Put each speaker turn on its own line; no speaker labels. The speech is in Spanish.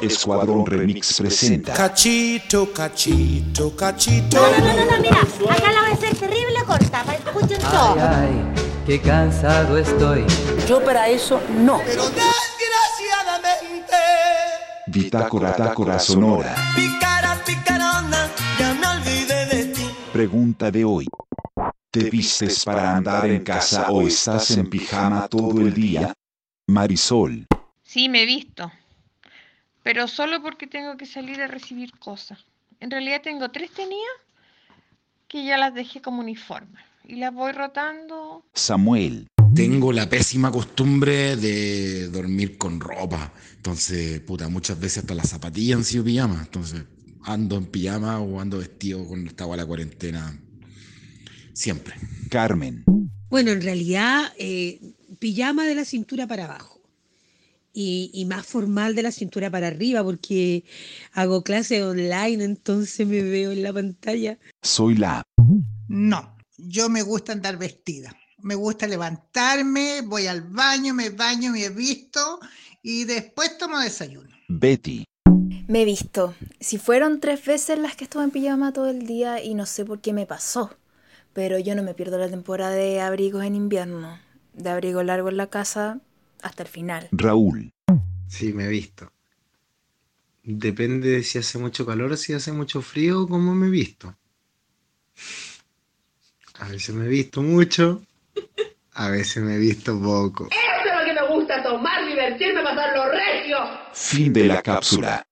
Escuadrón Remix presenta.
Cachito, cachito, cachito.
No, no, no, no, mira, acá la voy a hacer terrible corta, para que escuchen todo.
Ay, ay, qué cansado estoy.
Yo para eso no.
Pero desgraciadamente.
Bitácora Tácora Sonora.
Picara, picarona, ya me olvidé de ti.
Pregunta de hoy. ¿Te vistes para andar en casa o estás en pijama todo el día? Marisol.
Sí, me he visto, pero solo porque tengo que salir a recibir cosas. En realidad tengo tres tenidas que ya las dejé como uniforme y las voy rotando.
Samuel.
Tengo la pésima costumbre de dormir con ropa. Entonces, puta, muchas veces hasta las zapatillas han sido pijamas. Entonces, ando en pijama o ando vestido con estaba la cuarentena. Siempre.
Carmen.
Bueno, en realidad, eh, pijama de la cintura para abajo y, y más formal de la cintura para arriba, porque hago clase online, entonces me veo en la pantalla.
Soy la.
No, yo me gusta andar vestida. Me gusta levantarme, voy al baño, me baño, me visto y después tomo desayuno.
Betty.
Me he visto. Si fueron tres veces las que estuve en pijama todo el día y no sé por qué me pasó. Pero yo no me pierdo la temporada de abrigos en invierno. De abrigo largo en la casa hasta el final.
Raúl.
Sí, me he visto. Depende de si hace mucho calor, si hace mucho frío, cómo me he visto. A veces me he visto mucho, a veces me he visto poco.
Eso es lo que me gusta, tomar, divertirme, pasarlo regio.
Fin de la cápsula.